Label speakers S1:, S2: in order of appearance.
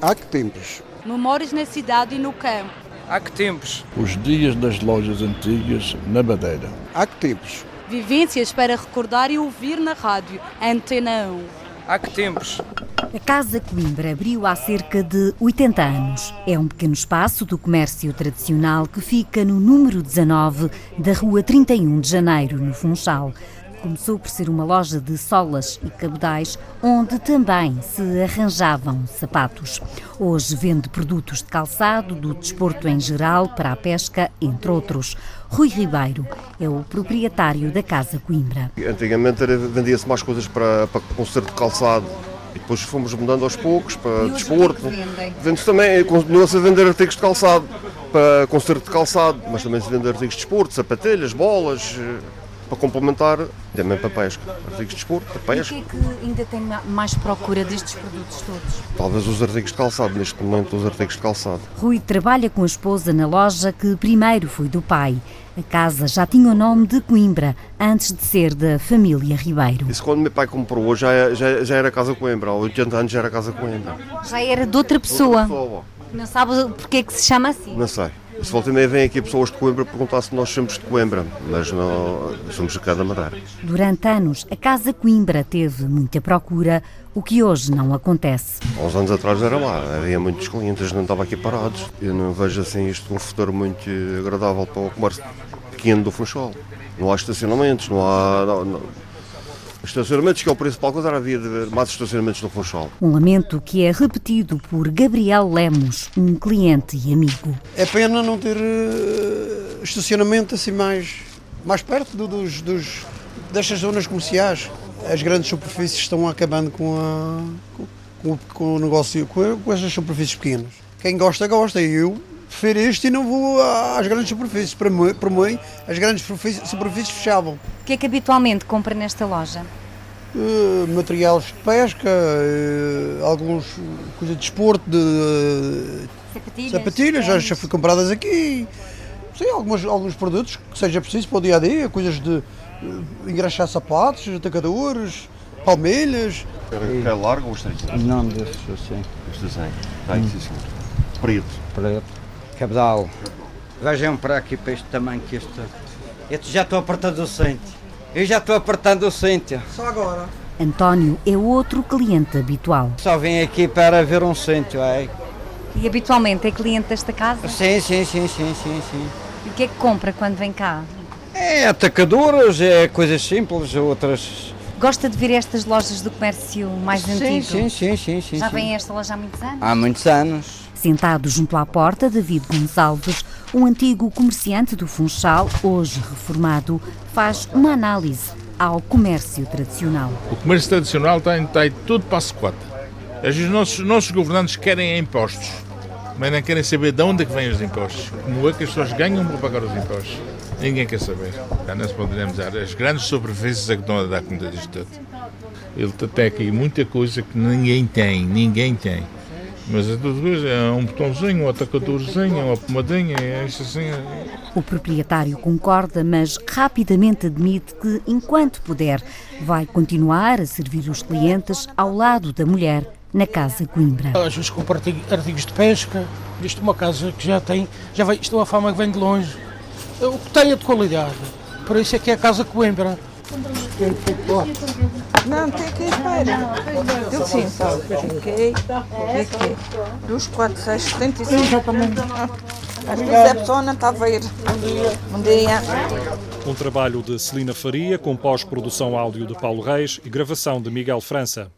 S1: Há que tempos?
S2: Memórias na cidade e no campo.
S3: Há que tempos?
S4: Os dias das lojas antigas na Madeira.
S1: Há que tempos?
S2: Vivências para recordar e ouvir na rádio. Antena 1.
S3: Há que tempos?
S5: A Casa Coimbra abriu há cerca de 80 anos. É um pequeno espaço do comércio tradicional que fica no número 19 da Rua 31 de Janeiro, no Funchal. Começou por ser uma loja de solas e cabedais, onde também se arranjavam sapatos. Hoje vende produtos de calçado, do desporto em geral, para a pesca, entre outros. Rui Ribeiro é o proprietário da Casa Coimbra.
S6: Antigamente era- vendia-se mais coisas para, para conserto de calçado. E depois fomos mudando aos poucos para desporto. Vende-se também, eh, continua-se a vender artigos de calçado, para conserto de calçado, mas também se vende artigos de desporto, sapatilhas, bolas, eh, para complementar, também para pesca. Artigos de desporto, para pesca.
S5: que ainda tem mais procura destes produtos todos?
S6: Talvez os artigos de calçado, neste momento os artigos de calçado.
S5: Rui trabalha com a esposa na loja que primeiro foi do pai. A casa já tinha o nome de Coimbra, antes de ser da família Ribeiro.
S6: Isso quando meu pai comprou já, é, já, já era Casa Coimbra, há 80 anos já era Casa Coimbra.
S5: Já era de outra pessoa.
S6: Pessoa.
S5: Não sabe porque é que se chama assim.
S6: Não sei. Se volta e meia vêm aqui pessoas de Coimbra perguntar se nós somos de Coimbra, mas não somos de cada Madeira.
S5: Durante anos, a Casa Coimbra teve muita procura, o que hoje não acontece.
S6: Há uns anos atrás era lá, havia muitos clientes, não estava aqui parados. Eu não vejo assim isto um futuro muito agradável para o comércio pequeno do Funchal. Não há estacionamentos, não há. não- não. Estacionamentos que é o principal coisa, era havia de haver mais estacionamentos no Funchal.
S5: Um lamento que é repetido por Gabriel Lemos, um cliente e amigo.
S1: É pena não ter eh, estacionamento assim mais, mais perto do- dos, dos- destas zonas comerciais. As grandes superfícies estão acabando com, a- com- com o- com o negócio, com, com estas superfícies pequenas. Quem gosta, gosta. E eu prefiro isto e não vou a- às grandes superfícies. Para mim, para mim, as grandes superfícies, superfícies fechavam.
S5: O que é que habitualmente compra nesta loja?
S1: Eh, materiais de pesca, eh, alguns coisas de desporto, de
S5: Sapatilhas?
S1: sapatilhas, já, já fui compradas aqui. Sim, algumas, alguns produtos que seja preciso para o dia a dia, coisas de eh, engraxar sapatos, atacadores, palmilhas.
S6: É largo ou estreito?
S7: Não desses assim,
S6: Isto assim. Está aí, sim, senhor. Preto.
S7: preto. Cabedal. Vejam para aqui para este tamanho que este. Eu já estou apertando o cinto. Eu já estou apertando o cinto.
S1: Só agora.
S5: António é outro cliente habitual.
S7: Só vim aqui para ver um cinto. Ai.
S5: E habitualmente é cliente desta casa?
S7: Sim, sim, sim, sim, sim, sim.
S5: E o que é que compra quando vem cá?
S7: É atacadoras, é coisas simples, outras.
S5: Gosta de vir a estas lojas do comércio mais
S7: sim,
S5: antigo?
S7: sim, sim, sim, sim.
S5: Já
S7: sim.
S5: vem a esta loja há muitos anos?
S7: Há muitos anos.
S5: Sentado junto à porta, David Gonçalves, um antigo comerciante do Funchal, hoje reformado, faz uma análise ao comércio tradicional.
S8: O comércio tradicional está, em- está em tudo para a secota. Os nossos, nossos governantes querem impostos, mas não querem saber de onde é que vêm os impostos. Como é que as pessoas ganham para pagar os impostos? Ninguém quer saber. Já não se poderemos dar. As grandes superfícies é que estão a dar conta disto tudo. Ele tem aqui muita coisa que ninguém tem, ninguém tem. Mas é tudo coisa, é um botãozinho, um atacadorzinho, uma pomadinha, é isto assim. é-
S5: O proprietário concorda, mas rapidamente admite que, enquanto puder, vai continuar a servir os clientes ao lado da mulher na Casa Coimbra.
S9: Às vezes compro arti- artigos de pesca. Isto é uma casa que já tem, já vem, isto é uma fama que vem de longe. O que tem é de qualidade. Por isso é que é a casa Coimbra.
S10: Não, tem que ir para Eu sim, sabe? Fiquei. Fiquei. Dos 4, 6, 75. Exatamente. Às vezes a pessoa não estava a ir. Bom dia.
S9: Um trabalho de Celina Faria com pós-produção áudio de Paulo Reis e gravação de Miguel França.